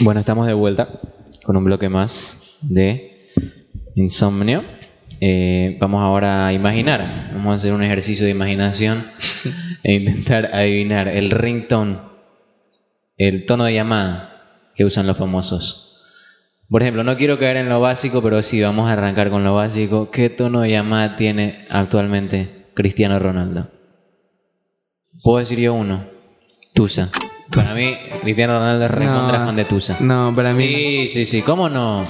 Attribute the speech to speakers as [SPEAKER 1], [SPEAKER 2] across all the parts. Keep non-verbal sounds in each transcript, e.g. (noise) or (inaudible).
[SPEAKER 1] Bueno, estamos de vuelta con un bloque más de insomnio. Eh, vamos ahora a imaginar, vamos a hacer un ejercicio de imaginación e intentar adivinar el ringtone, el tono de llamada que usan los famosos. Por ejemplo, no quiero caer en lo básico, pero sí, vamos a arrancar con lo básico. ¿Qué tono de llamada tiene actualmente Cristiano Ronaldo? Puedo decir yo uno, Tusa. Para mí, Cristiano Ronaldo es recontra fan de Tusa.
[SPEAKER 2] No, para mí.
[SPEAKER 1] Sí, sí, sí, ¿cómo no?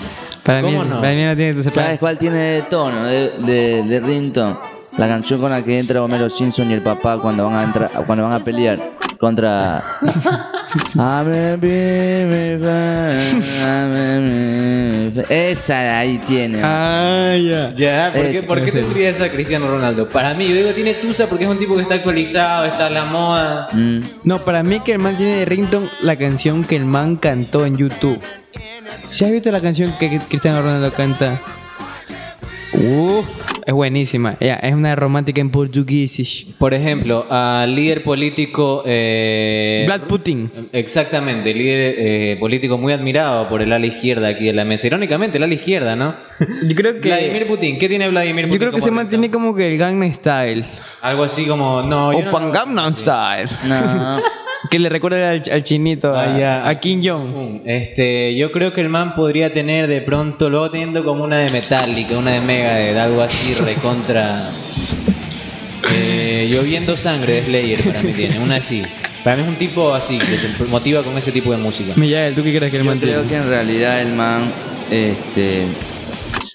[SPEAKER 2] Para mí,
[SPEAKER 1] ¿Cómo no?
[SPEAKER 2] para mí no tiene tu
[SPEAKER 3] ¿Sabes cuál tiene tono de, de, de ringtone? La canción con la que entra Homero Simpson y el papá cuando van a entrar, cuando van a pelear contra. I'm a baby, I'm a baby. Esa de ahí tiene.
[SPEAKER 2] Ah, ya.
[SPEAKER 1] Ya, pues. ¿por qué,
[SPEAKER 3] Eso,
[SPEAKER 1] por qué
[SPEAKER 2] eso.
[SPEAKER 1] tendría esa Cristiano Ronaldo? Para mí, yo digo, tiene Tusa porque es un tipo que está actualizado, está en la moda.
[SPEAKER 3] Mm.
[SPEAKER 2] No, para mí que el man tiene de ringtone la canción que el man cantó en YouTube. ¿Si has visto la canción que Cristiano Ronaldo canta? Uf, es buenísima. Ya, es una romántica en portugués.
[SPEAKER 1] Por ejemplo, al líder político. eh,
[SPEAKER 2] Vlad Putin.
[SPEAKER 1] Exactamente, líder eh, político muy admirado por el ala izquierda aquí de la mesa. Irónicamente, el ala izquierda, ¿no?
[SPEAKER 2] Yo creo
[SPEAKER 1] Vladimir
[SPEAKER 2] (laughs) que
[SPEAKER 1] Putin, ¿qué tiene Vladimir Putin?
[SPEAKER 2] yo creo que
[SPEAKER 1] como
[SPEAKER 2] se mantiene
[SPEAKER 1] ritmo?
[SPEAKER 2] como que el Gangnam Style
[SPEAKER 1] Algo así como. No, yo
[SPEAKER 2] o
[SPEAKER 1] no-
[SPEAKER 2] Gangnam Style,
[SPEAKER 3] No.
[SPEAKER 2] que le recuerda al, al chinito a,
[SPEAKER 1] Ah, ya.
[SPEAKER 2] a Kim Jong.
[SPEAKER 1] Este, yo creo que el man podría tener de pronto, luego teniendo como una de Metallica, una de Megadeth, algo así recontra. Eh, lloviendo sangre de Slayer para mí tiene, una así. Para mí es un tipo así, que se motiva con ese tipo de música.
[SPEAKER 2] Miguel, ¿tú qué crees que el
[SPEAKER 3] Yo
[SPEAKER 2] man
[SPEAKER 3] creo
[SPEAKER 2] tiene?
[SPEAKER 3] que en realidad el man, este,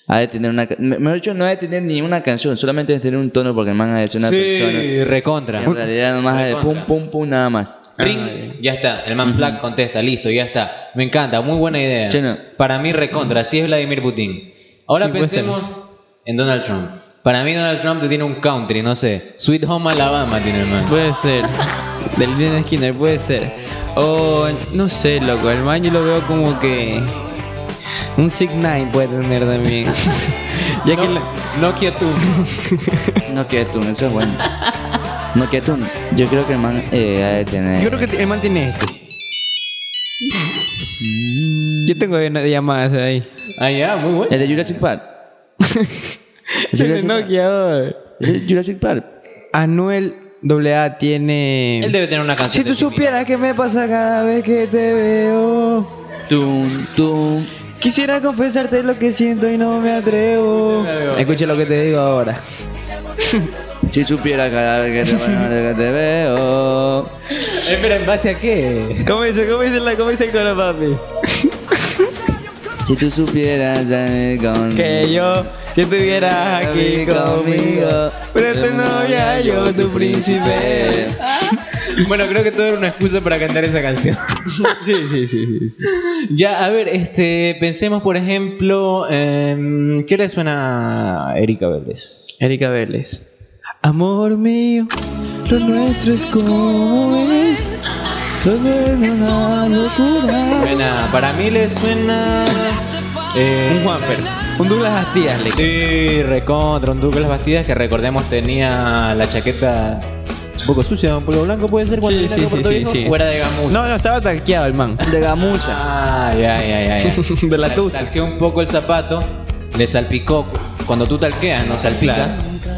[SPEAKER 3] ha de tener una, ca- me- mejor dicho, no ha de tener ni una canción, solamente ha de tener un tono porque el man ha de ser una persona.
[SPEAKER 1] Sí, recontra.
[SPEAKER 3] En realidad nomás ha de pum
[SPEAKER 1] Recontra.
[SPEAKER 3] pum pum nada más.
[SPEAKER 2] Ah,
[SPEAKER 1] Ring, ya está. El man Black contesta, listo, ya está. Me encanta, muy buena idea.
[SPEAKER 3] Chino.
[SPEAKER 1] Para mí recontra, así es Vladimir Putin. Ahora
[SPEAKER 2] Sí, puede ser.
[SPEAKER 1] pensemos en Donald Trump. Para mí Donald Trump tiene un country, no sé. Sweet Home Alabama tiene el man.
[SPEAKER 2] Puede ser. Del Lilian Skinner, puede ser. O no sé, loco. El man yo lo veo como que. Un Signite puede tener también. (laughs) ya que la-
[SPEAKER 1] No, Nokia
[SPEAKER 2] (laughs)
[SPEAKER 1] tú.
[SPEAKER 3] No quietum, eso es bueno. No quietum. Yo creo que el man eh, ha de tener.
[SPEAKER 2] Yo creo que el man tiene este. Yo tengo una de llamadas ahí.
[SPEAKER 1] Ah, ya, muy bueno.
[SPEAKER 3] El de Jurassic Park.
[SPEAKER 2] Es el Nokia. oh.
[SPEAKER 3] Es el Jurassic Park.
[SPEAKER 2] Anuel AA tiene.
[SPEAKER 1] Él debe tener una
[SPEAKER 2] si
[SPEAKER 1] canción.
[SPEAKER 2] tú
[SPEAKER 1] de su
[SPEAKER 2] supieras qué me pasa cada vez que te veo.
[SPEAKER 3] Tum, tum.
[SPEAKER 2] Quisiera confesarte lo que siento y no me atrevo. Escucha lo que te digo ahora.
[SPEAKER 3] Si supiera cada vez
[SPEAKER 2] (laughs)
[SPEAKER 3] que te, que te veo.
[SPEAKER 1] vida. Eh, pero en base a qué?
[SPEAKER 2] ¿Cómo dice? ¿Cómo dice, la, cómo dice el coro, papi?
[SPEAKER 3] Si tú supieras eh, con.
[SPEAKER 2] Que yo, si estuvieras aquí conmigo, pero tu novia, yo tu príncipe.
[SPEAKER 1] Bueno, creo que todo era una excusa para cantar esa canción.
[SPEAKER 2] (laughs) Sí, sí, sí, sí. sí.
[SPEAKER 1] (laughs) ya, a ver, este, pensemos, por ejemplo, em, ¿qué le suena a Erika Vélez?
[SPEAKER 2] Erika Vélez. Amor mío, lo nuestro es como es. Todo es una locura.
[SPEAKER 1] Suena- para mí le suena. eh,
[SPEAKER 2] Un Juanfer, un Douglas Astías, le
[SPEAKER 1] Sí, recontra, un Douglas Bastidas que recordemos tenía la chaqueta un poco sucia, un polvo blanco puede ser cuando
[SPEAKER 2] Sí,
[SPEAKER 1] viene
[SPEAKER 2] sí,
[SPEAKER 1] acá por
[SPEAKER 2] sí,
[SPEAKER 1] todo
[SPEAKER 2] sí,
[SPEAKER 1] viejo,
[SPEAKER 2] sí.
[SPEAKER 1] fuera de gamuza.
[SPEAKER 2] No, no, estaba tanqueado el man.
[SPEAKER 3] De gamuza.
[SPEAKER 1] Ah, ya, ya, ya. ya.
[SPEAKER 2] (laughs) De (laughs) la tusa.
[SPEAKER 1] Talqué un poco el zapato, le salpicó. Cuando tú talqueas, no salpica.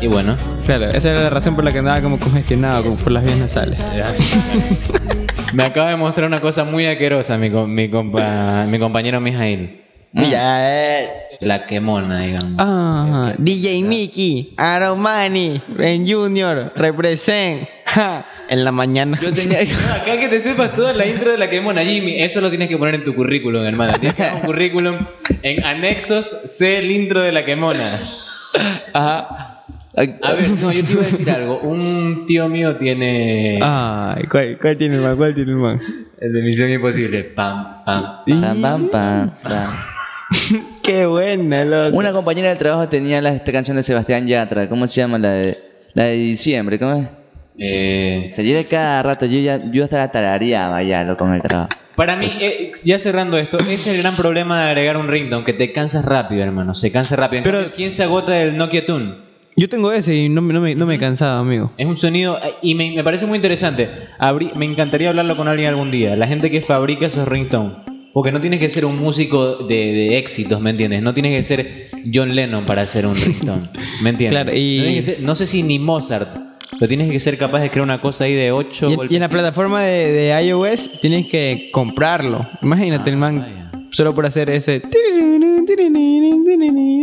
[SPEAKER 1] Y bueno.
[SPEAKER 2] Claro, esa era la razón por la que andaba como congestionado, como por las vías nasales. (laughs)
[SPEAKER 1] Me acaba de mostrar una cosa muy aquerosa mi, com- mi, compa- mi compañero Mijail.
[SPEAKER 2] Mira,
[SPEAKER 1] La quemona, digamos.
[SPEAKER 2] Ah,
[SPEAKER 1] Este,
[SPEAKER 2] DJ Mickey, Aromani, Ben Junior, represent. Ja, en la mañana. (laughs)
[SPEAKER 3] Yo tenía.
[SPEAKER 1] (laughs) No, Acá que te sepas toda la intro de la quemona, Jimmy. Eso lo tienes que poner en tu currículum, hermano. Tienes que hacer un currículum en anexos, sé el intro de la quemona.
[SPEAKER 3] Ajá.
[SPEAKER 1] A ver, no, yo te iba a decir algo. Un tío mío tiene
[SPEAKER 2] Ay, ¿cuál, cuál tiene el man? ¿Cuál tiene el man?
[SPEAKER 1] el de Misión Imposible. Pam, pam.
[SPEAKER 3] Pam, pam, pam, pam.
[SPEAKER 2] (laughs) Qué buena, loco.
[SPEAKER 3] Una compañera de trabajo tenía la, esta canción de Sebastián Yatra, ¿cómo se llama? La de, la de diciembre, ¿cómo es?
[SPEAKER 1] Eh,
[SPEAKER 3] Se llega cada rato, yo ya yo hasta la tarareaba ya lo con el trabajo.
[SPEAKER 1] para mí, eh, ya cerrando esto, es el gran problema de agregar un ringtone, que te cansas rápido, hermano. Se cansa rápido. En
[SPEAKER 2] Pero-
[SPEAKER 1] cambio, ¿quién se agota del Nokia Tune?
[SPEAKER 2] Yo tengo ese y no, me- no me, no me cansaba, amigo.
[SPEAKER 1] Es un sonido eh, y me, me parece muy interesante. Abrí- me encantaría hablarlo con alguien algún día. La gente que fabrica esos ringtones. Porque no tienes que ser un músico de, de éxitos, ¿me entiendes? No tienes que ser John Lennon para hacer un ringtone,
[SPEAKER 2] (laughs)
[SPEAKER 1] ¿me entiendes?
[SPEAKER 2] Claro, y-
[SPEAKER 1] no, tienes que ser- no sé si ni Mozart, pero tienes que ser capaz de crear una cosa ahí de ocho
[SPEAKER 2] Y, y
[SPEAKER 1] golpes.
[SPEAKER 2] en la plataforma de, de iOS tienes que comprarlo. Imagínate, el man,
[SPEAKER 1] Ah, vaya.
[SPEAKER 2] solo por hacer ese.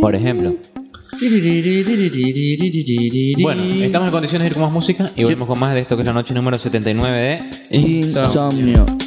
[SPEAKER 1] Por ejemplo. Bueno, eh, estamos en condiciones de ir con más música y volvemos con más de esto que es la noche número 79 de...
[SPEAKER 2] Insomnio.
[SPEAKER 3] Insomnio.